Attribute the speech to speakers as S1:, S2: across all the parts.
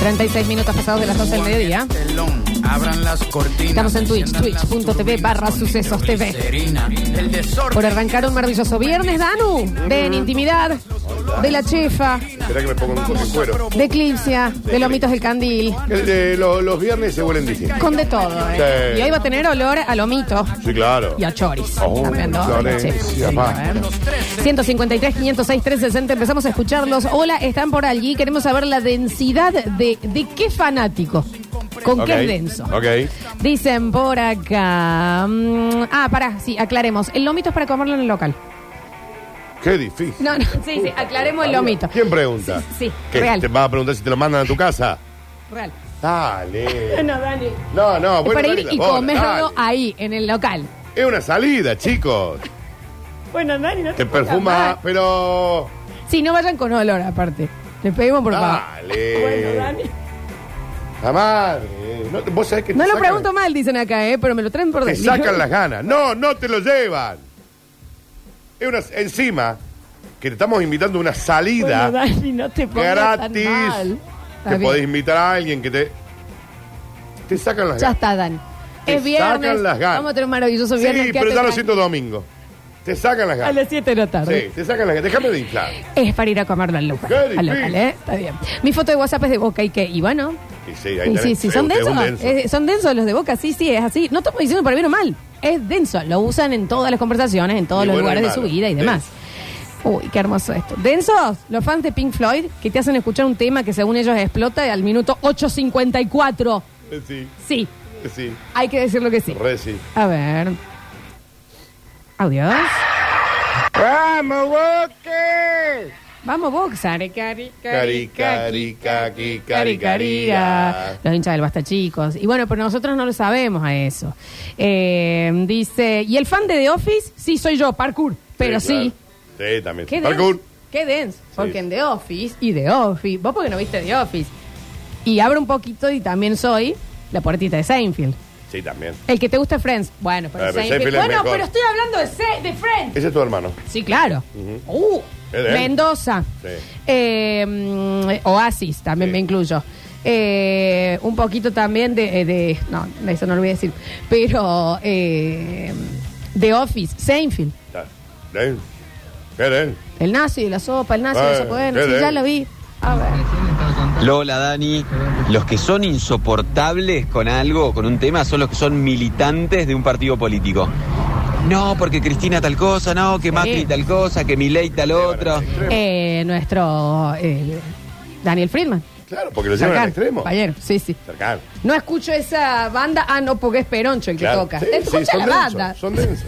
S1: 36 minutos pasados de las 12 del mediodía.
S2: Telón, abran las cortinas.
S1: Estamos en Twitch,
S2: enciendan las
S1: twitch.tv barra
S2: turbinas con
S1: sucesos TV.
S2: nitroglicerina. El desorden
S1: Por arrancar un maravilloso viernes, Danu. De En Intimidad, de La Chefa,
S3: Espera que me pongo un poco de cuero.
S1: de Eclipsia, de Los Mitos del Candil.
S3: El de lo- los viernes se huelen distintos.
S1: Con de todo, ¿eh?
S3: Sí.
S1: Y hoy va a tener olor a lomito
S3: Sí, claro.
S1: y a choris.
S3: Oh,
S1: También, ¿no?
S3: Florencia,
S1: Sí, sí,
S3: pa.
S1: a ver. 153, 506, 360, empezamos a escucharlos. Hola, están por allí. Queremos saber la densidad de, de qué fanático. ¿Con
S3: Ok.
S1: qué es denso?
S3: Ok.
S1: Dicen por acá. mm, ah, pará, sí, aclaremos. El lomito es para comerlo en el local.
S3: Qué difícil.
S1: No, no, sí, sí, aclaremos el lomito.
S3: ¿Quién pregunta?
S1: Sí, sí,
S3: ¿Qué,
S1: real.
S3: ¿Te vas a preguntar si te lo mandan a tu casa?
S1: Real.
S3: Dale.
S1: No, Dani.
S3: No, no, bueno,
S1: para ir
S3: dale
S1: y
S3: la bola,
S1: comerlo
S3: dale.
S1: ahí, en el local.
S3: Es una salida, chicos.
S1: Bueno, Dani, no
S3: Te perfuma, pero.
S1: Si no vayan con olor, aparte. Les pedimos por favor.
S3: Dale. La madre. No, vos sabés que
S1: No
S3: te
S1: lo
S3: sacan-
S1: pregunto mal, dicen acá, ¿eh? Pero me lo traen por
S3: Te
S1: dentro.
S3: sacan las ganas. No, no te lo llevan. Es una, encima, que te estamos invitando a una salida.
S1: Bueno, Dani, no te pongas
S3: gratis.
S1: tan mal. Está
S3: Te
S1: bien.
S3: podés invitar a alguien que te. Te sacan las
S1: Ya
S3: ganas.
S1: está, Dani.
S3: Te
S1: Es viernes.
S3: sacan las ganas.
S1: Vamos a tener un maravilloso viernes.
S3: Sí,
S1: quédate
S3: pero ya lo
S1: tranqui.
S3: siento domingo. Te sacan las
S1: A
S3: ganas.
S1: las 7 de la tarde.
S3: Sí, te sacan las ganas. Déjame de inflar.
S1: Es para ir a comerlo al local.
S3: Qué
S1: Al local,
S3: difícil.
S1: ¿eh? Está bien. Mi foto de WhatsApp es de Boca y que, y bueno.
S3: Y sí, ahí
S1: Y
S3: tenés.
S1: sí, sí,
S3: Es
S1: son
S3: un- es
S1: densos.
S3: un
S1: Eh, son densos los de Boca, sí, sí, es así. No estamos diciendo para bien o mal. Es denso. Lo usan en todas las conversaciones, en todos
S3: Ni
S1: los
S3: bueno
S1: lugares
S3: ni
S1: de su
S3: malo.
S1: vida y demás. Uy, qué hermoso esto. Densos, los fans de Pink Floyd que te hacen escuchar un tema que según ellos explota al minuto 8.54.
S3: Eh, Sí,
S1: Sí,
S3: eh, sí.
S1: hay que decirlo que sí.
S3: Re sí.
S1: A ver. Adiós.
S3: ¡Vamos, Walker!
S1: Vamos, boxar, cari, cari, cari.
S3: Cari, cari, caqui, cari,
S1: Caricaría,
S3: carira.
S1: los hinchas del Basta Chicos. Y bueno, pero nosotros no lo sabemos a eso. Eh, dice, ¿y el fan de The Office? Sí, soy yo, parkour. Pero sí.
S3: claro. Sí, también.
S1: ¿Qué
S3: Parkour.
S1: dense? ¿Qué dense? Porque en The Office y The Office. Vos porque no viste The Office. Y abro un poquito y también soy la puertita de Seinfeld.
S3: Sí, también.
S1: El que te gusta es Friends. Bueno, pero,
S3: Ah, pero
S1: Seinfeld.
S3: Seinfeld es
S1: Bueno,
S3: mejor.
S1: pero estoy hablando de, Se- de Friends.
S3: Ese es tu hermano.
S1: Sí, claro. Uh,
S3: Es de él.
S1: Mendoza.
S3: Sí.
S1: Eh, mm, Oasis, también
S3: Sí.
S1: me incluyo. Eh, un poquito también de, eh, de- No, eso no lo voy a decir. Pero. Eh, The Office, Seinfeld.
S3: Claro. ¿Eh? ¿Qué den?
S1: El nazi de la sopa, el nazi de la
S3: Eh,
S1: sopa. Bueno,
S3: es
S1: sí,
S3: de
S1: ya
S3: él.
S1: lo vi. A ver.
S4: Lola, Dani, los que son insoportables con algo, con un tema, son los que son militantes de un partido político. No, porque Cristina tal cosa, no, que Macri tal cosa, que Milei tal otro.
S1: Eh, nuestro. eh, Daniel Friedman.
S3: Claro, porque lo llevan al
S1: Cercano,
S3: extremo.
S1: Compañero, sí, sí.
S3: Cercano.
S1: No escucho esa banda. Ah, no, porque es Peroncho el que
S3: Claro.
S1: toca.
S3: Sí,
S1: Te
S3: sí,
S1: escucha
S3: son
S1: la banda.
S3: densos. Son densos.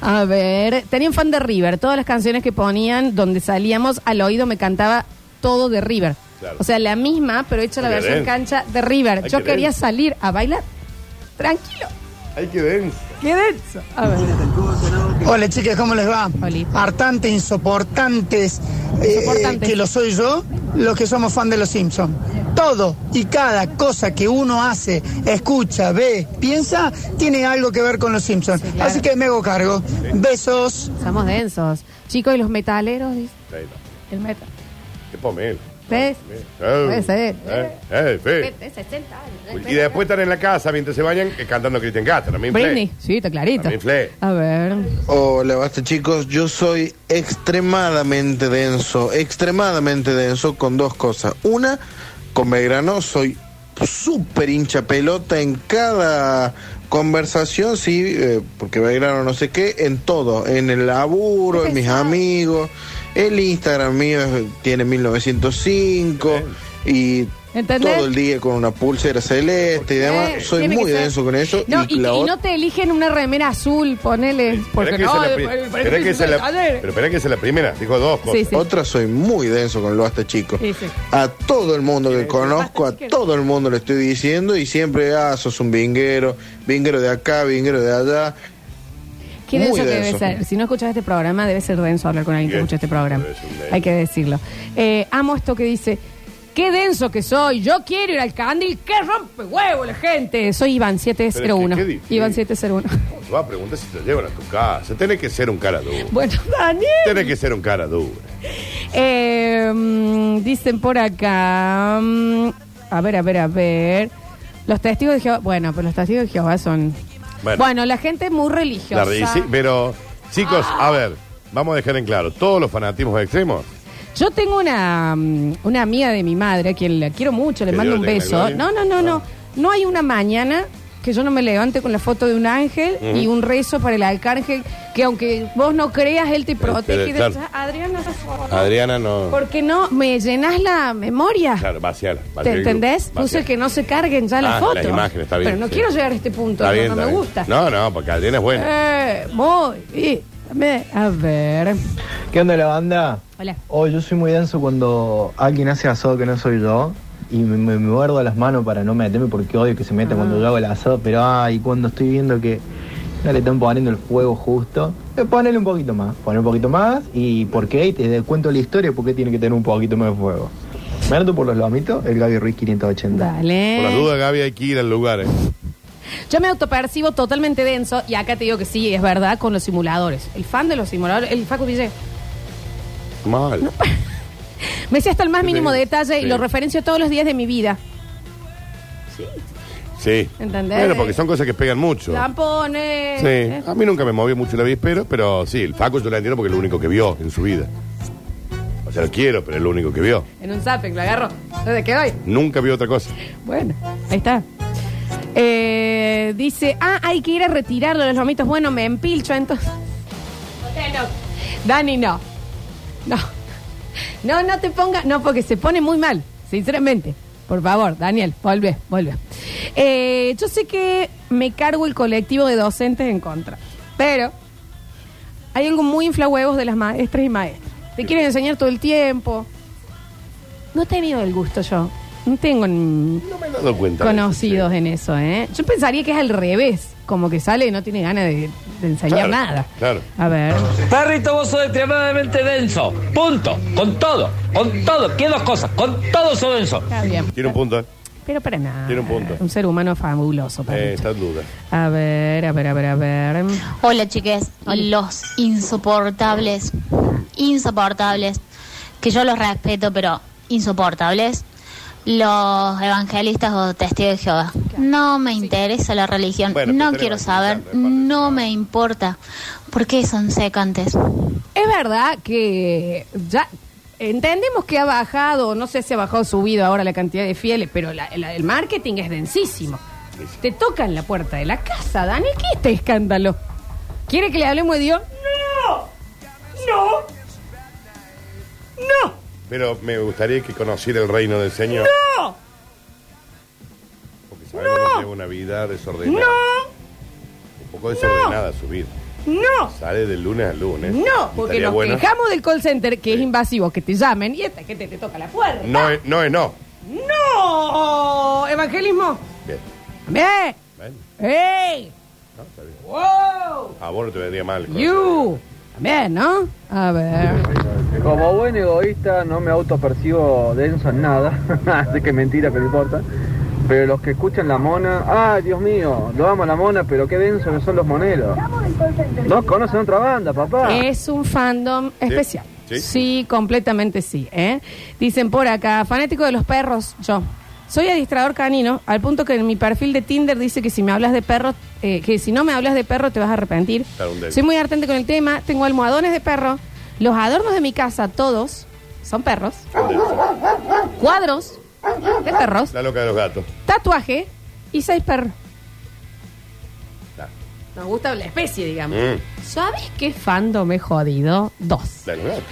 S1: A ver, tenía un fan de River. Todas las canciones que ponían donde salíamos al oído me cantaba todo de River.
S3: Claro.
S1: O sea, la misma, pero hecha la
S3: Hay que
S1: versión
S3: ver.
S1: cancha de River.
S3: Hay
S1: Yo
S3: que ver.
S1: quería salir a bailar. Tranquilo.
S3: Hay que denso.
S1: Qué denso. A ver.
S5: Hola chicas, ¿cómo les va?
S1: Oli.
S5: Hartantes, insoportantes, eh,
S1: Insoportantes.
S5: que lo soy yo, los que somos fan de los Simpsons. Todo y cada cosa que uno hace, escucha, ve, piensa, tiene algo que ver con los Simpsons.
S1: claro.
S5: Así que me hago cargo. Besos.
S1: Somos densos. Chicos, y los metaleros, dice,
S3: Ahí está.
S1: el metal.
S3: Qué pomelo.
S1: ¿Ves?
S3: Eh,
S1: Puede ser.
S3: eh, eh, fe.
S1: Es 60 años.
S3: Y después están en la casa mientras se bañan eh, cantando Cristian Castro. No me inflé.
S1: Britney. Sí, está clarito.
S3: También Fle.
S1: A ver.
S6: Hola, basta chicos, yo soy extremadamente denso, extremadamente denso con dos cosas. Una, con Belgrano soy súper hincha pelota en cada conversación, sí, eh, porque Belgrano no sé qué, en todo, en el laburo, en mis amigos, el Instagram mío es- tiene 1905 y...
S1: ¿Entendés?
S6: Todo el día con una pulsera celeste y demás.
S1: Eh,
S6: Soy
S1: tiene que
S6: muy
S1: ser.
S6: denso con eso.
S1: No, y,
S6: la
S1: y
S6: otra-
S1: no te eligen una remera azul, ponele. Porque
S3: Esperá que
S1: no,
S3: esa es la
S1: eh,
S3: pri-
S1: parece
S3: esperá que esa es la-
S1: ayer.
S3: Pero espera que esa es la primera. Dijo dos cosas.
S1: Sí, sí.
S6: Otra soy muy denso con lo hasta chico.
S1: Sí, sí.
S6: A todo el mundo que conozco, a todo el mundo le estoy diciendo y siempre, ah, sos un vinguero, vinguero de acá, vinguero de allá.
S1: Qué
S6: Muy
S1: denso que debe
S6: denso.
S1: ser. Si no escuchas este programa, debe ser denso hablar con alguien que
S3: Bien.
S1: escucha este programa.
S3: Debe ser un denso.
S1: Hay que decirlo. Eh, amo esto que dice. Qué denso que soy. Yo quiero ir al candil. Qué rompe huevo la gente. Soy Iván
S3: Pero
S1: 701.
S3: es que qué difícil.
S1: Iván 701.
S3: Te va a preguntar si te llevan a tu casa. Tiene que ser un cara dura.
S1: bueno, Daniel.
S3: Tiene que ser un cara dura.
S1: Eh, mm, dicen por Em, acá. mm, A ver, a ver, a ver. Los testigos de Jehová. Bueno, pero los testigos de Jehová son. Bueno,
S3: Bueno.
S1: la gente es muy religiosa.
S3: La re- sí, pero, chicos,
S1: Ah.
S3: a ver, vamos a dejar en claro, todos los fanatismos extremos.
S1: Yo tengo una, mm, una amiga de mi madre, a quien la quiero mucho, le
S3: Que
S1: mando
S3: Dios
S1: un
S3: le tenga
S1: beso.
S3: gloria. Ah.
S1: No, no, no, no. No hay una mañana que yo no me levante con la foto de un ángel y un rezo para el arcángel, que aunque vos no creas, él te protege.
S3: Este, claro.
S1: de- Adriana, esa foto.
S3: Adriana no.
S1: Porque no me llenas la memoria.
S3: Claro, vaciala.
S1: ¿Te entendés? Puse que no se carguen ya las
S3: Ah,
S1: fotos.
S3: las imágenes, está bien,
S1: Pero no
S3: sí.
S1: quiero llegar a este punto, no, no me gusta.
S3: No, no, porque Adriana es buena.
S1: Eh, voy. y- me- a ver.
S7: ¿Qué onda la banda?
S1: Hola.
S7: Oh, yo soy muy denso cuando alguien hace asado que no soy yo y me, me, me muerdo las manos para no meterme porque odio que se meta cuando yo hago el asado, pero ay, cuando estoy viendo que no le están poniendo el fuego justo, eh, ponele un poquito más, ponele un poquito más y por qué, y te de- cuento la historia porque tiene que tener un poquito más de fuego. Merto por los lomitos, el Gaby Ruiz 580.
S1: Dale.
S3: Por las dudas, Gaby, hay que ir al lugar. eh.
S1: Yo me autopercibo totalmente denso y acá te digo que sí, es verdad, con los simuladores. El fan de los simuladores, el Facu Villegas.
S3: Mal.
S1: Me sé hasta el más
S3: Sí,
S1: mínimo
S3: sí.
S1: detalle y
S3: Sí.
S1: lo referencio todos los días de mi vida.
S3: Sí.
S1: ¿Entendés?
S3: Bueno, porque son cosas que pegan mucho.
S1: Tampones.
S3: Sí, a mí nunca me movió mucho la víspera, pero sí, el Facu yo la entiendo porque es lo único que vio en su vida. O sea, lo quiero, pero es lo único que vio.
S1: En un zapping, lo agarro. ¿De qué doy?
S3: Nunca vio otra cosa.
S1: Bueno, ahí está. Eh, dice, ah, hay que ir a retirarlo de los lomitos. Bueno, me empilcho entonces. Usted no. Dani, no. No. No, no te ponga. No, porque se pone muy mal, sinceramente. Por favor, Daniel, vuelve, vuelve. Eh, yo sé que me cargo el colectivo de docentes en contra, pero hay algo muy inflahuevos de las maestras y maestras. Te quieren enseñar todo el tiempo. No he tenido el gusto yo. No tengo mm,
S3: No me he dado cuenta. de eso,
S1: conocidos
S3: sí.
S1: en eso, ¿eh? Yo pensaría que es al revés, como que sale y no tiene ganas de, de enseñar
S3: Claro,
S1: nada.
S3: claro.
S1: A ver.
S8: Perrito, vos sos extremadamente denso. Punto. Con todo. Con todo. ¿Qué dos cosas? Con todo sos denso.
S1: Está bien.
S3: Tiene un punto, ¿eh?
S1: Pero para nada.
S3: Tiene un punto.
S1: Un ser humano fabuloso. para
S3: Eh,
S1: mí.
S3: está en duda.
S1: A ver, a ver, a ver, a ver.
S9: Hola chiques, los insoportables, insoportables, que yo los respeto, pero insoportables, los evangelistas o testigos de Jehová. No me interesa la religión,
S3: Bueno, pero
S9: no
S3: tenés
S9: quiero
S3: evangelizando,
S9: saber,
S3: aparte,
S9: no me importa. ¿Por qué son secantes?
S1: Es verdad que ya entendemos que ha bajado, no sé si ha bajado o subido ahora la cantidad de fieles, pero la- la- el marketing es densísimo. Te tocan la puerta de la casa, Dani, ¿qué es este escándalo? ¿Quiere que le hablemos de Dios?
S3: Pero me gustaría que conociera el reino del Señor. ¡No! Porque sabemos que lleva una vida desordenada. ¡No! Un poco desordenada su vida.
S1: No.
S3: Sale de lunes a lunes.
S1: No,
S3: Y
S1: porque
S3: estaría
S1: nos
S3: bueno.
S1: quejamos del call center que es
S3: Sí.
S1: invasivo, que te llamen y esta gente te toca la puerta.
S3: No es no. Es, no.
S1: ¡No! ¡Evangelismo!
S3: Bien.
S1: ¡Bien!
S3: Bueno,
S1: ¡Ey!
S3: no, está bien.
S1: ¡Wow!
S3: A vos no te vendría mal. con
S1: You. También, ¿no? A ver.
S10: Como buen egoísta no me autopercibo denso en nada, así que mentira, pero no importa. Pero los que escuchan la mona, ah, Dios mío, lo amo a la mona, pero qué denso que son los moneros. No conocen otra banda, papá.
S1: Es un fandom especial. Sí,
S3: Sí.
S1: completamente sí. ¿eh? Dicen por acá, fanático de los perros, yo. Soy adiestrador canino, al punto que en mi perfil de Tinder dice que si me hablas de perros, eh, que si no me hablas de perro te vas a arrepentir.
S3: Claro, un débil.
S1: Soy muy artente con el tema, tengo almohadones de perro, los adornos de mi casa, todos, son perros, cuadros de perros,
S3: La loca de los gatos.
S1: tatuaje y seis perros.
S3: Claro.
S1: Nos gusta la especie, digamos.
S3: Mm,
S1: ¿Sabes qué fandom he jodido? Dos.
S3: la de los gatos.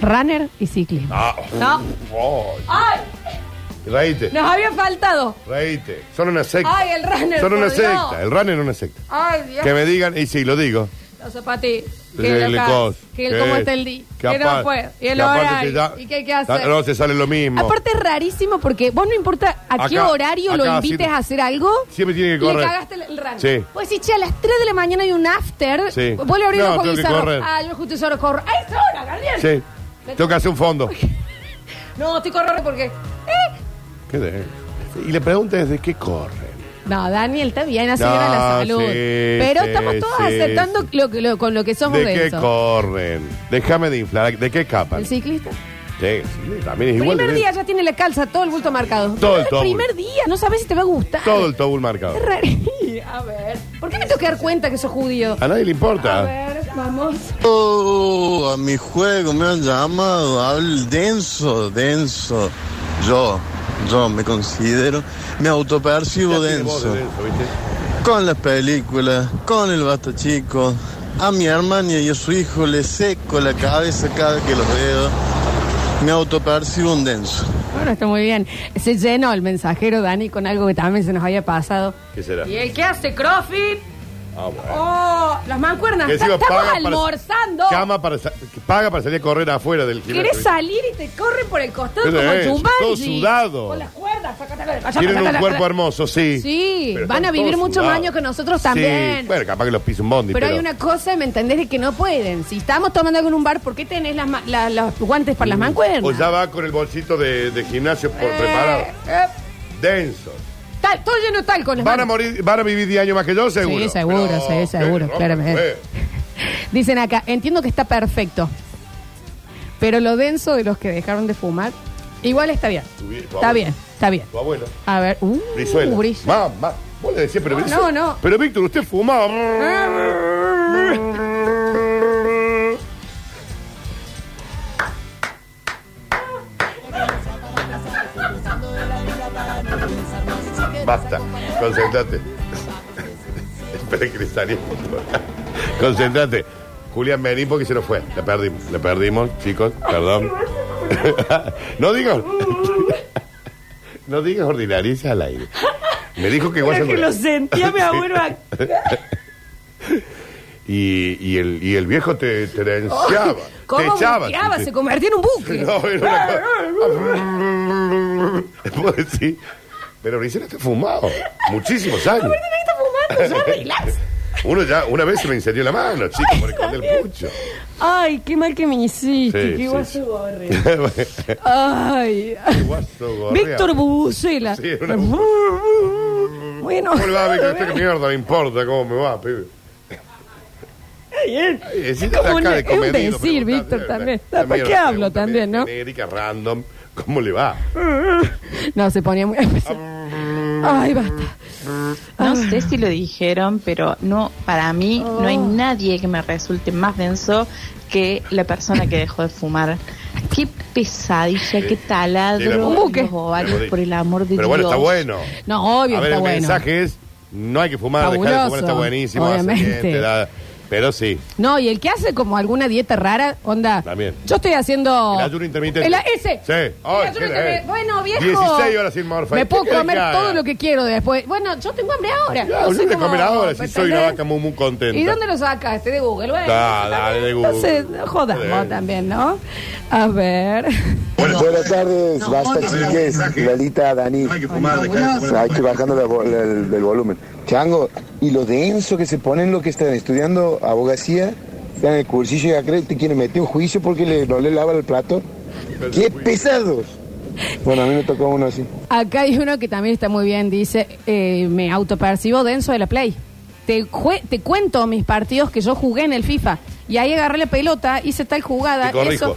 S1: Runner y ciclismo.
S3: Ah,
S1: No.
S3: oh,
S1: ¡Ay!
S3: reíte,
S1: Nos había faltado.
S3: reíte. Son una secta.
S1: Ay, el runner,
S3: Son una
S1: por Dios.
S3: secta. El runner es una secta.
S1: ¡Ay, Dios!
S3: Que me digan, y sí, lo digo.
S1: Los zapatillos.
S3: Sí,
S1: Que el
S3: le
S1: local,
S3: cos,
S1: que el
S3: sí.
S1: cómo está el día. Que, no
S3: aparte-
S1: puedo. Y el
S3: que aparte
S1: horario.
S3: que ya-
S1: y que hay que hacer.
S3: No, se sale lo mismo.
S1: Aparte es rarísimo porque vos no importa a qué
S3: Acá-
S1: horario lo
S3: acá
S1: invites
S3: siempre-
S1: a hacer algo.
S3: siempre tiene que
S1: Le
S3: correr.
S1: cagaste el, el runner.
S3: Sí.
S1: Pues si, che, a las 3 de la mañana hay un after.
S3: Sí.
S1: Vos le abrís
S3: No,
S1: los ojos
S3: tengo
S1: y
S3: que
S1: cerrás.
S3: correr.
S1: Ah, yo justo y solo corro. ¡Ay, es hora, Gabriel!
S3: sí. Tengo que hacer un fondo.
S1: No, estoy corriendo porque... ¡Eh!
S3: ¿Qué de- Y la pregunta es: ¿de qué corren?
S1: No, Daniel, está bien, así
S3: No,
S1: era la salud.
S3: sí,
S1: Pero
S3: sí,
S1: estamos todos
S3: sí,
S1: aceptando
S3: sí.
S1: Lo, que- lo- con lo que somos
S3: ¿De qué
S1: densos.
S3: corren? Déjame de inflar. ¿De qué capan?
S1: El ciclista.
S3: Sí, sí, también es igual.
S1: Primer
S3: de
S1: día ya tiene la calza, todo el bulto marcado.
S3: Todo el tóbulo.
S1: Primer día, no sabes si te va a gustar.
S3: Todo el tobul marcado.
S1: Es rarí. A ver, ¿por qué me tengo que dar cuenta que sos judío?
S3: A nadie le
S1: A
S3: importa.
S1: ver, vamos.
S6: Oh, a mi juego me han llamado, al denso, denso. Yo, yo me considero, me autopercibo
S3: Ya tiene voz de
S6: denso.
S3: denso, ¿viste?
S6: Con las películas, con el basta chico. A mi hermana y a su hijo le seco la cabeza cada vez que los veo. Me autopercibo un denso.
S1: Bueno, está muy bien. Se llenó el mensajero Dani con algo que también se nos había pasado.
S3: ¿Qué será?
S1: ¿Y el que hace CrossFit?
S3: Ah, bueno.
S1: ¡Oh! Las mancuernas.
S3: Que encima
S1: Estamos
S3: paga para-
S1: almorzando.
S3: cama para sa- que paga para salir a correr afuera del gimnasio.
S1: ¿Querés salir y te corren por el costado
S3: Pero
S1: como
S3: es,
S1: Jumanji?
S3: todo sudado.
S1: Con las cuerdas. saca, saca, saca,
S3: Tienen
S1: saca,
S3: un
S1: saca,
S3: cuerpo
S1: saca.
S3: hermoso, sí.
S1: Sí,
S3: Pero
S1: van
S3: están
S1: a vivir
S3: todos
S1: muchos
S3: sudados.
S1: años que nosotros también.
S3: Sí, bueno, capaz que los pisa un bondi, pero...
S1: Pero hay una cosa, ¿me entendés? De que no pueden. Si estamos tomando algo en un bar, ¿por qué tenés las ma- la- los guantes para las mancuernas?
S3: O ya va con el bolsito de, de gimnasio por,
S1: Eh,
S3: preparado.
S1: eh,
S3: Denso.
S1: tal- todo lleno de tal con las
S3: Van a
S1: manos.
S3: morir, van a vivir 10 años más que yo, seguro.
S1: Sí, seguro, sí, seguro,
S3: ¿qué?
S1: claramente. Dicen acá, entiendo que está perfecto. Pero lo denso de los que dejaron de fumar, igual está bien.
S3: Tu vie- tu
S1: Está
S3: abuelo.
S1: bien, está bien.
S3: Tu abuelo.
S1: A ver, uh,
S3: Brizuela.
S1: Brizuela.
S3: Mamá. Vos le decías, pero
S1: No, no,
S3: Brizuela-
S1: no.
S3: Pero Víctor, usted fumaba. Basta, concentrate. Espera que le salí. Concentrate. Julián, vení porque se nos fue. La perdimos, la perdimos, chicos, perdón. no digas. no digas ordinarias al aire. Me dijo que igual
S1: Era que lo sentía mi abuelo acá.
S3: y, y, el, y el viejo te trenciaba.
S1: ¿Cómo
S3: te echaba.
S1: buqueaba?
S3: Sí, sí.
S1: Se convertía en un buque.
S3: No, era una cosa- Puedo decir, Pero Brizuela está fumado. Muchísimos años.
S1: Está fumando, ya relax.
S3: Uno ya, una vez se me incendió la mano, chico, por esconder el pucho.
S1: Ay, qué mal que me hiciste.
S3: Sí,
S1: qué
S3: sí,
S1: guaso
S3: sí.
S1: gorri. Ay.
S3: Guaso gorrea.
S1: Víctor Bubucela.
S3: Sí, una-
S1: Bueno.
S3: ¿Cómo le va, Víctor? ¿Usted qué mierda le importa cómo me va, pibe?
S1: Bien.
S3: Ay,
S1: Es
S3: decirle
S1: como
S3: acá
S1: un,
S3: de
S1: es un
S3: comedido,
S1: decir,
S3: preguntarle,
S1: Víctor,
S3: ¿verdad?
S1: también.
S3: La
S1: ¿Para qué
S3: mierda,
S1: hablo
S3: pregunta
S1: también, no?
S3: genérica, random, ¿cómo le va?
S1: No, se ponía muy... Ay, basta.
S11: No sé si lo dijeron, pero no, para mí no hay
S5: Oh.
S11: nadie que me resulte más denso que la persona que dejó de fumar. Qué pesadilla, qué
S3: Sí, la-
S11: taladro,
S1: Un buque.
S11: los ovarios, por el amor de Dios.
S3: Pero bueno, está bueno.
S1: No, obvio,
S3: A ver,
S1: está
S3: el
S1: bueno.
S3: mensaje es, no hay que fumar, dejar de fumar
S1: Fabuloso,
S3: está buenísimo. hace bien,
S1: obviamente.
S3: te da- pero sí,
S1: No, y el que hace como alguna dieta rara, onda.
S3: También.
S1: Yo estoy haciendo.
S3: El ayuno intermitente.
S1: El, ese.
S3: Sí.
S1: El
S3: Ay,
S1: ayuno
S3: qué
S1: intermitente.
S3: ley.
S1: Bueno, viejo.
S3: 16 horas sin morfa.
S1: Me
S3: ¿Qué
S1: puedo
S3: querés
S1: comer
S3: que haga?
S1: todo lo que quiero después. Bueno, yo tengo hambre ahora.
S3: Ya,
S1: no sé
S3: olvídate de
S1: cómo-
S3: comer ahora, si soy una
S1: ¿entendés?
S3: vaca muy, muy contenta.
S1: ¿Y dónde lo sacaste? De Google. Bueno,
S3: Da,
S1: eso
S3: dale,
S1: también.
S3: de Google.
S1: Entonces, no jodamos
S3: Sí.
S1: también, ¿no? A ver.
S12: Buenas tardes, basta chiques, Lalita, Dani. Hay que bajando la vo- la- el, el volumen. Chango, y lo denso que se ponen los que están estudiando abogacía, están en el cursillo y ya creen que te quieren meter un juicio porque le- no le lavan el plato. ¡Qué pesados! Bueno, a mí me tocó uno así.
S1: Acá hay uno que también está muy bien. Dice: eh, Me autopercibo denso de la Play. Te, jue- te cuento mis partidos que yo jugué en el FIFA. Y ahí agarré la pelota, hice tal jugada.
S3: Te corrijo,
S1: Eso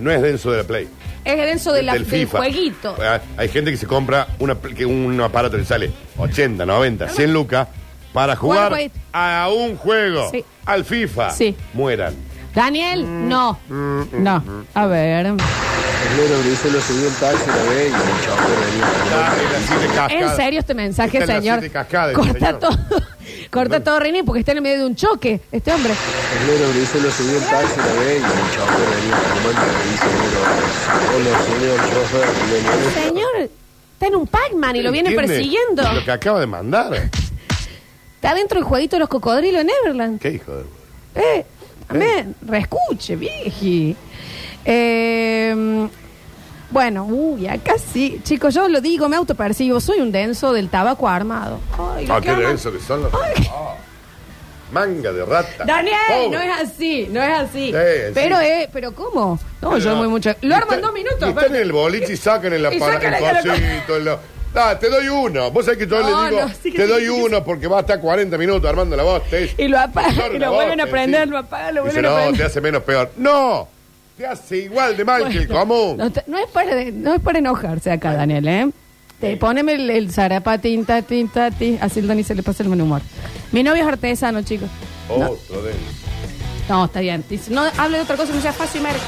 S3: no es denso de la Play.
S1: es denso de la,
S3: del
S1: del,
S3: FIFA.
S1: jueguito.
S3: Ah, Hay gente que se compra una, pl- que un aparato le sale 80, 90, 100 lucas para
S1: Jugar
S3: jugar
S1: jueguito.
S3: a un juego,
S1: Sí.
S3: al FIFA.
S1: Sí.
S3: Mueran.
S1: Daniel, no. No. A ver.
S12: Primero Brizuela subió el taxi, la ve y el chofer venía.
S3: Ah, el así de cascada.
S1: En serio este mensaje,
S3: Está en la
S1: señor.
S3: siete cascada, el
S1: Corta
S3: señor.
S1: todo. Corta todo, Rini, porque está en el medio de un choque, este hombre.
S12: Primero Brizuela subió el taxi, la ve y el chofer venía. fumando, y dice, "Bueno, Hola, señor chofer, le molesta".
S1: Señor, está en un Pac-Man y lo viene
S3: ¿Entiende?
S1: persiguiendo.
S3: Lo que acaba de mandar.
S1: Está dentro del jueguito de los cocodrilos en Neverland.
S3: ¿Qué hijo de.?
S1: Eh, amén. Reescuche, vieji. Eh, bueno, uy, acá sí. Chicos, yo lo digo, me autopercibo. Soy un denso del tabaco armado. Ay, lo
S3: Ah,
S1: que
S3: qué
S1: aman-
S3: denso que son los.
S1: Ay.
S3: Ah, manga de rata.
S1: Daniel,
S3: Pobre.
S1: no es así, no es así.
S3: Sí,
S1: pero,
S3: sí.
S1: eh, pero ¿cómo? No, yo
S3: no.
S1: muy mucho. Lo
S3: Y
S1: armo en
S3: están-
S1: dos
S3: y
S1: minutos.
S3: Están en el boliche y sacan el
S1: Y
S3: aparato.
S1: sacan la-
S3: el cosito, el- Ah, te doy uno. Vos sabés que yo
S1: No,
S3: le digo,
S1: no, sí que
S3: te
S1: sí, sí,
S3: doy
S1: sí.
S3: uno porque va a estar 40 minutos armando la voz. te-
S1: Y lo apagan,
S3: Sorry,
S1: y lo
S3: la
S1: vuelven
S3: voz,
S1: a
S3: te
S1: prender,
S3: decís.
S1: lo apagan, lo
S3: Dice,
S1: vuelven a
S3: No, te
S1: prender.
S3: hace menos peor. ¡No! Te hace igual de mal que el común.
S1: No, te- no es para, de- no es para enojarse acá, Daniel, ¿eh? Te poneme el, el zarapatín, tatín, tatín. Así el Dani se le pasa el buen humor. Mi novio es artesano, chicos.
S3: Otro de
S1: No, está bien. Dice, no hable de otra cosa que no sea fácil y merca.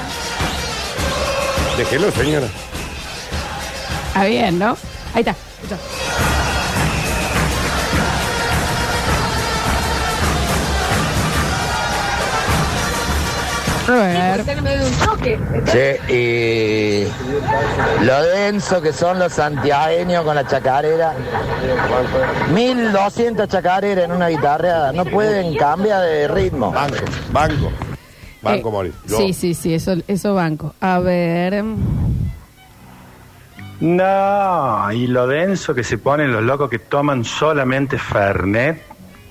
S3: Déjelo, señora.
S1: Está bien, ¿no? Ahí está. Escucha. A ver.
S6: Che, y lo denso que son los santiagueños con la chacarera. 1200 chacareras en una guitarra, no pueden cambiar de ritmo.
S3: Banco, banco. Banco, Mori. Yo-
S1: Eh, Sí, sí, sí, eso, eso banco. A ver.
S13: No, y lo denso que se ponen los locos que toman solamente Fernet.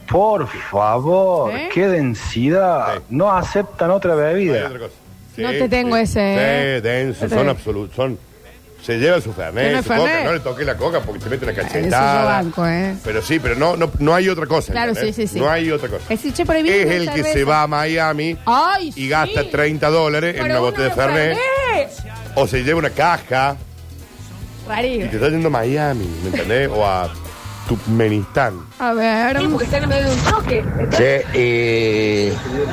S13: Por favor, qué densidad. No aceptan otra
S3: Hay
S13: bebida.
S3: otra cosa.
S1: No te tengo ese, ¿eh?
S3: Sí, denso,
S1: Ese.
S3: son absolutos. Son, se lleva su
S1: Tiene
S3: fernet, su
S1: Fernet.
S3: coca. No le toque la coca porque se mete una
S1: Eso yo
S3: cachetada.
S1: banco, ¿eh?
S3: Pero sí, pero no, no, no hay otra cosa.
S1: Claro,
S3: ¿entendés?
S1: sí, sí, sí.
S3: No hay otra cosa.
S1: Es, decir, che, por ahí viene
S3: Es
S1: una
S3: el que
S1: cerveza.
S3: se va a Miami
S1: Ay,
S3: y gasta 30 dólares en
S1: Pero
S3: una
S1: uno
S3: botella de
S1: de
S3: Fernet, o se lleva una caja y
S1: Rarísimo.
S3: te está yendo a Miami, ¿me entendés? o a Turkmenistán.
S1: A ver. porque está en medio de un choque.
S6: Che,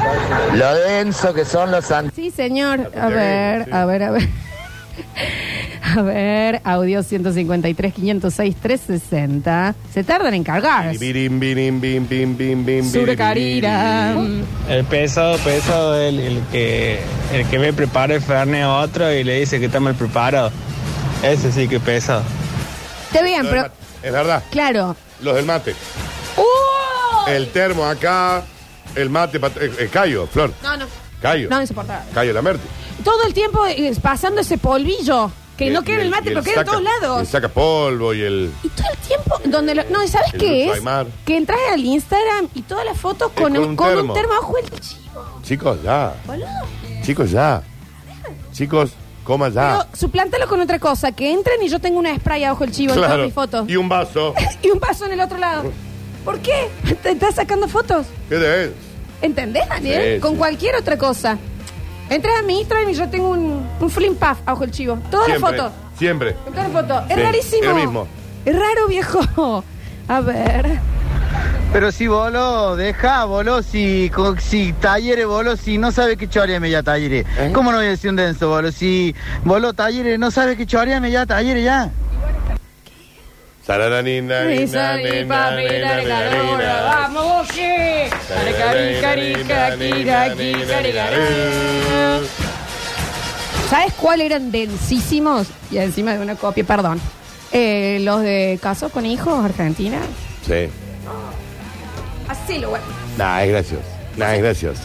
S6: y lo denso que son los santiagueños.
S1: Sí, señor. A ver, a ver, a ver. A ver, audio 153, 506, 360. Se tardan en cargar.
S3: Birim, birim, bim, bim, bim, bim,
S1: Surcarira.
S4: El pesado, pesado, el, el que el que me prepara el fernet a otro y le dice que está mal preparado. Ese sí que pesado.
S1: Está bien, pero.
S3: Es verdad,
S1: Claro.
S3: los del mate. ¡Oh! El termo acá, el mate, pat- eh, eh, Cayo, Flor.
S1: No, no.
S3: Cayo.
S1: No, insoportable.
S3: Cayo Lamerte.
S1: Todo el tiempo eh, pasando ese polvillo. Que no queda en el mate, pero queda en todos
S3: Eh, El
S1: lados.
S3: saca polvo y el.
S1: Y todo el tiempo, donde lo- no, ¿sabes
S3: El
S1: qué
S3: Lucho
S1: es?
S3: Aymar.
S1: Que entras al Instagram y todas las fotos con,
S3: con
S1: un,
S3: un
S1: con un
S3: termo.
S1: termo abajo el chivo,
S3: Chicos, ya.
S1: boludo.
S3: Chicos, ya. Chicos, coma ya.
S1: Pero suplántalo con otra cosa, que entren y yo tengo una spray abajo el chivo en todas mis fotos.
S3: Y un vaso.
S1: Y un vaso en el otro lado. ¿Por qué? Te estás sacando fotos.
S3: ¿Qué de
S1: ¿Entendés, Daniel?
S3: Sí,
S1: con
S3: sí.
S1: cualquier otra cosa. Entras a mi Instagram y yo tengo un, un flim puff abajo el chivo. Todas las
S3: Siempre,
S1: fotos.
S3: Siempre.
S1: En todas las fotos. Es
S3: Sí,
S1: rarísimo.
S3: es lo mismo.
S1: Es raro, viejo. A ver.
S5: Pero si voló, deja, voló, si, co- si Talleres voló, si no sabe que choreame ya Talleres. ¿Cómo no voy a decir un denso, voló? Si voló Talleres, no sabe que choreame ya Talleres ya.
S3: Sarananina,
S1: Y
S3: nina,
S1: salí pa'
S3: nena,
S1: mirar
S3: nena, nena,
S1: calor,
S3: nena.
S1: vamos, vos, che. Cari, cari, cari, cari, cari, cari, cari. ¿Sabes cuáles eran densísimos? Y encima de una copia, perdón. Eh, los de casos con hijos, Argentina.
S3: Sí.
S1: Así lo bueno.
S3: Nah, es gracioso. Nah, es gracioso.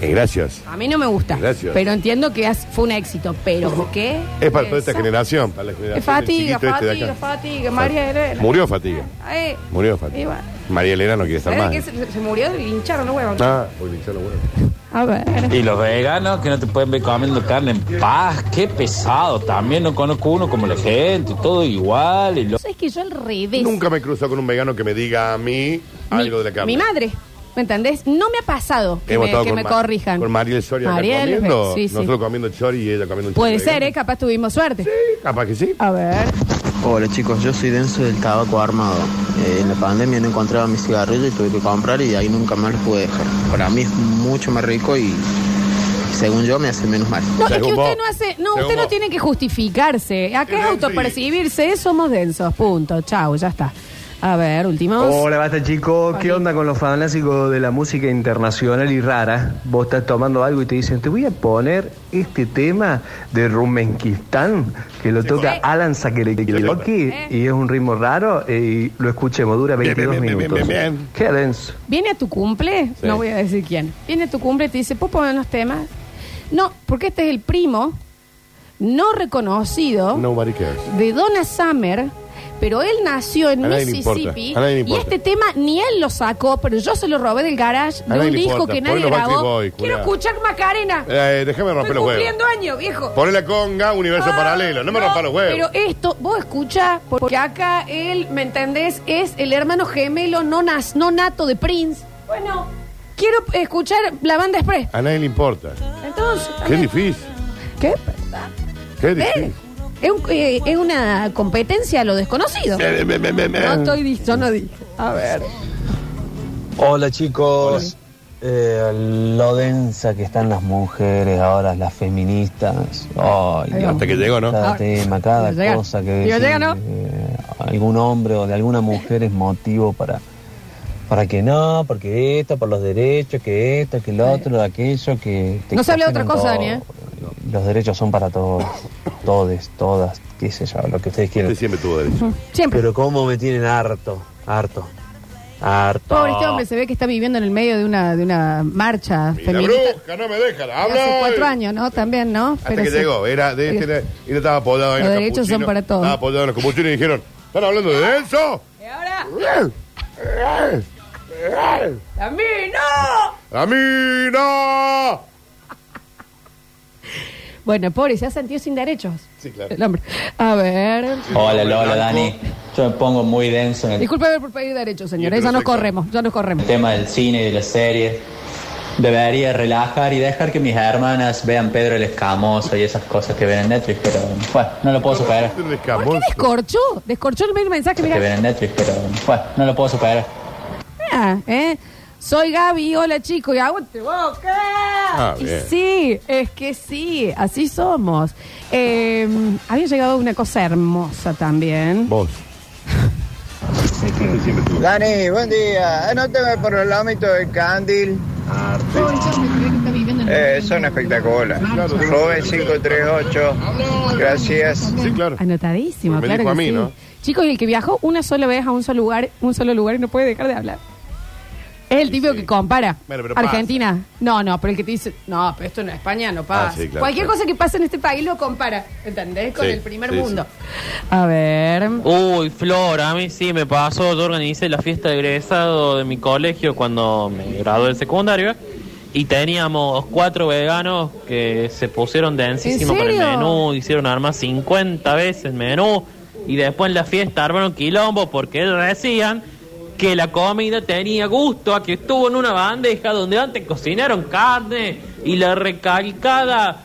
S3: Es gracioso.
S1: A mí no me gusta.
S3: Gracias.
S1: Pero entiendo que as- fue un éxito. ¿Pero qué?
S3: Es para toda esta
S1: Esa-
S3: generación. Para la generación
S1: Es fatiga,
S3: del chiquito este de
S1: fatiga,
S3: acá.
S1: fatiga. María Elena.
S3: Murió fatiga.
S1: Ay,
S3: Murió fatiga.
S1: y bueno.
S3: María Elena no quiere estar
S1: ¿Sabes
S3: más. ¿eh?
S1: que se, se murió y hincharon los huevos.
S3: Ah, hoy le hincharon los huevos.
S1: A ver.
S14: Y los veganos que no te pueden ver comiendo carne en paz, qué pesado. También no conozco uno como la gente, todo igual. Y lo...
S1: Es que yo al revés.
S3: Nunca me he cruzado con un vegano que me diga a mí algo de la carne.
S1: Mi madre. ¿Me entendés? No me ha pasado que
S3: Hemos
S1: me,
S3: estado
S1: que
S3: con
S1: me
S3: Ma-
S1: corrijan.
S3: Con Mariel Soria acá
S1: Mariel,
S3: comiendo.
S1: sí, sí.
S3: nosotros comiendo chori y ella comiendo un
S1: Puede
S3: chori
S1: ser, ¿eh? Capaz tuvimos suerte.
S3: vegano. Capaz que sí.
S1: A ver.
S5: Hola chicos, yo soy denso del tabaco armado. Eh, en la pandemia no encontraba mis cigarrillos y tuve que comprar y de ahí nunca más los pude dejar. Para mí es mucho más rico y según yo me hace menos mal.
S1: No, es que usted no hace. No, usted no tiene que justificarse. Acá es autopercibirse. Somos densos. Punto. Chau, ya está. A ver, últimos.
S7: Hola, basta chicos. ¿Qué onda con los fanáticos de la música internacional y rara? Vos estás tomando algo y te dicen, te voy a poner este tema de Rumenquistán, que lo toca Alan Sakerekiloki, y es un ritmo raro, eh, y lo escuchemos, dura 22 minutos. Qué denso.
S1: Viene a tu cumple,
S7: Sí.
S1: no voy a decir quién. Viene a tu cumple y te dice, ¿puedo poner unos temas? No, porque este es el primo no reconocido
S3: Nobody cares.
S1: de Donna Summer, pero él nació en
S3: A nadie le
S1: Mississippi
S3: importa, a nadie le
S1: y
S3: importa.
S1: este tema ni él lo sacó, pero yo se lo robé del garage
S3: A
S1: de
S3: nadie
S1: un
S3: le
S1: disco
S3: importa,
S1: que nadie
S3: ponelo Backstreet
S1: grabó.
S3: Boy,
S1: Quiero
S3: culiao.
S1: escuchar Macarena.
S3: Eh, déjame romper
S1: Estoy
S3: los huevos.
S1: cumpliendo años, viejo. Ah,
S3: Ponele conga, universo paralelo. No me rompa los huevos.
S1: Pero esto, vos escuchá, porque acá él, ¿me entendés? Es el hermano gemelo no, nas- no nato de Prince. Bueno, Quiero escuchar la banda express.
S3: A nadie le importa.
S1: Entonces,
S3: Qué difícil.
S1: ¿qué? ¿Eh?
S3: Qué difícil.
S1: Es, un- eh, es una competencia a lo desconocido.
S3: Me, me, me, me, me.
S1: ¿Eh? No estoy di- yo no dije. A ver.
S15: Hola chicos.
S11: Pues,
S15: Eh, lo densa que están las mujeres ahora, las feministas. Ay,
S3: Ahí va. Hasta que llegó, ¿no?
S15: Cada
S3: Ahora.
S15: tema, cada
S1: Digo, llega.
S15: cosa que
S1: Digo,
S15: decís,
S1: llega, ¿no?
S15: eh, algún hombre o de alguna mujer es motivo para para que no, porque esto, por los derechos, que esto, que lo otro, aquello, que... te
S1: No se habla de otra
S15: exageran
S1: cosa,
S15: todo.
S1: Dani. ¿eh?
S15: Los derechos son para todos, todes, todas, qué sé yo, lo que ustedes quieran.
S3: Este siempre tuvo derecho.
S1: Siempre.
S15: Pero cómo me tienen harto, harto, harto.
S1: Pobre este hombre se ve que está viviendo en el medio de una, de una marcha
S3: La
S1: feminista.
S3: bruja no me deja,
S1: de
S3: habla.
S1: Hace cuatro años, ¿no? También, ¿no?
S3: Hasta que llegó, era de este, era- y no estaba apoyado en
S1: Los derechos son
S3: capuchinos,
S1: para todos.
S3: Estaba apoyado en los capuchinos y dijeron, ¿están hablando de eso?
S1: ¿Y ahora?
S3: ¡A
S1: ¡A mí no!
S3: mí no!
S1: Bueno, pobre, se ha sentido sin derechos.
S3: Sí, claro.
S1: El hombre. A ver.
S16: Hola Lola, Dani. Yo me pongo muy denso en el
S1: Disculpe por pedir derechos, señores. Ya nos corremos, ya nos corremos.
S16: tema del cine y de las series. Debería relajar y dejar que mis hermanas vean Pedro el Escamoso y esas cosas que ven en Netflix, pero bueno, no lo puedo superar.
S1: ¿Qué descorchó? Descorchó el mail mensaje,
S16: Que
S1: mira.
S16: ven en Netflix, pero bueno, no lo puedo superar.
S1: Ah, ¿eh? Soy Gaby, hola chico, y aguante boca.
S16: Ah,
S1: Y
S16: bien.
S1: sí, es que sí, así somos. Eh, había llegado una cosa hermosa también.
S3: Vos.
S17: Dani, buen día. Anótame por el ámbito del candil. Eh, son espectaculares. Joven 538. Gracias.
S3: Sí, claro.
S1: Anotadísimo,
S17: Me
S1: claro.
S17: dijo
S1: que
S17: a mí,
S1: sí.
S17: ¿no?
S1: Chicos, y el que viajó una sola vez a un solo lugar, un solo lugar y no puede dejar de hablar. Es el típico que compara.
S3: Bueno, pero pasa.
S1: Argentina. No, no, pero el que te dice, no, pero esto en España no pasa.
S3: Ah, sí, claro,
S1: Cualquier
S3: claro.
S1: cosa que pasa en este país lo compara, ¿entendés? Con
S14: Sí,
S1: el primer
S14: sí,
S1: mundo. A ver.
S14: Uy, Flor, a mí sí me pasó. Yo organicé la fiesta de egresado de mi colegio cuando me gradué del secundario. Y teníamos cuatro veganos que se pusieron densísimos
S1: ¿En
S14: con el
S1: serio?
S14: menú, hicieron armas 50 veces el menú. Y después en la fiesta armaron quilombo porque ellos decían que la comida tenía gusto a que estuvo en una bandeja donde antes cocinaron carne y la recalcada.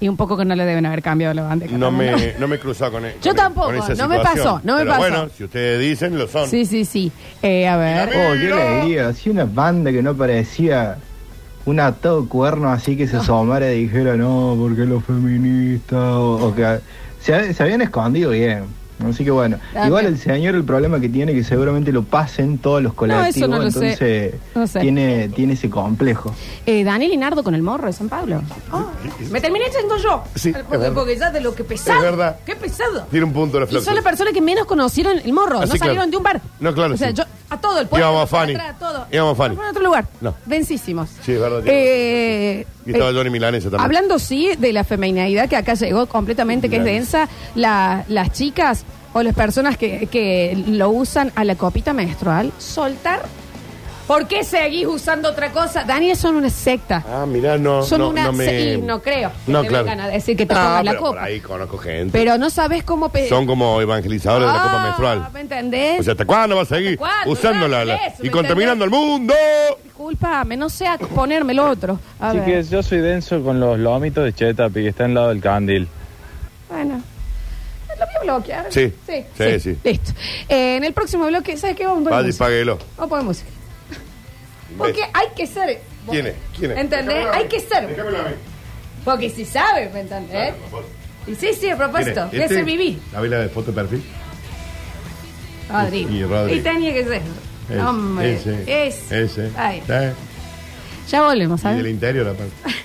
S1: Y un poco que no le deben haber cambiado la bandeja.
S3: No
S1: también,
S3: me, no me he cruzado con él.
S1: Yo tampoco, no me pasó, no me
S3: Pero
S1: pasó.
S3: Bueno, si ustedes dicen, lo son.
S1: Sí, sí, sí. Eh, a ver.
S7: Oh, qué alegría. Así una banda que no parecía un atado cuerno así que se asomara y dijera, no, porque los feministas. O, o que se, hab- se habían escondido bien. Así que bueno.
S1: También.
S7: Igual el señor, el problema que tiene, que seguramente lo pasen todos los colectivos.
S1: eso no lo sé.
S7: entonces
S1: No sé.
S7: Tiene, tiene ese complejo.
S1: Eh, Daniel Linardo con el morro de San Pablo. Ah, me terminé echando yo.
S3: Sí, es
S1: porque,
S3: verdad.
S1: porque ya de lo que pesado.
S3: Es verdad.
S1: Qué pesado.
S3: Tiene un punto de
S1: Y son las
S3: flor.
S1: personas que menos conocieron el morro,
S3: Ah,
S1: no
S3: sí, claro.
S1: salieron de un bar.
S3: No, claro,
S1: O sea,
S3: sí.
S1: yo a todo el pueblo.
S3: Íbamos a
S1: para
S3: Fanny.
S1: atrás, todo.
S3: Íbamos a Fanny.
S1: Por otro lugar.
S3: No.
S1: Vencísimos.
S3: Sí, es verdad.
S1: Eh,
S3: y estaba
S1: eh,
S3: Johnny Milanesa también.
S1: hablando sí de la feminidad que acá llegó completamente, que es
S3: Claro.
S1: densa, la- las chicas o las personas que, que lo usan a la copita menstrual, soltar. ¿Por qué seguís usando otra cosa? Daniel son una secta.
S3: Ah, mirá, no,
S1: Son
S3: no,
S1: una
S3: no me...
S1: se- y no creo que
S3: No,
S1: te
S3: claro.
S1: vengan a decir que te
S3: No,
S1: pongas la
S3: pero
S1: copa.
S3: por ahí conozco gente.
S1: Pero no sabes cómo pe-
S3: Son como evangelizadores de la copa
S1: Ah,
S3: menstrual.
S1: ¿Me entendés?
S3: O sea, ¿hasta cuándo va a seguir
S1: cuándo?
S3: usándola la-
S1: Dale eso,
S3: y
S1: ¿me
S3: contaminando al mundo?
S1: Disculpame, no sea ponerme lo otro. A ver.
S18: Chiques, yo soy denso con los lomitos de Chetapi que está al lado del candil.
S1: Bueno. Lo voy a bloquear.
S18: Sí.
S1: Sí.
S3: Sí, sí.
S1: Listo. Eh, en el próximo bloque, ¿sabes qué? Vamos a poner
S3: Vaya y
S1: música.
S3: páguelo.
S1: Vamos a poner música. Porque hay que ser.
S3: ¿Quién es? ¿Quién es?
S1: ¿Entendés? Hay que ser. ¿Eh? Porque si sabes, ¿me entendés? Y sí, sí, a propósito.
S3: ¿Quién
S1: Voy a
S3: es?
S1: ser
S3: ¿Este?
S1: viví.
S3: ¿La vela de foto de perfil?
S1: Rodrigo.
S3: Y Rodrigo.
S1: Y tenía que ser.
S3: Ese,
S1: Hombre.
S3: Ese.
S1: Ese.
S3: Ese.
S1: Ay.
S3: ¿Sabes?
S1: Ya volvemos,
S3: Y del
S1: ¿sabes?
S3: interior, aparte.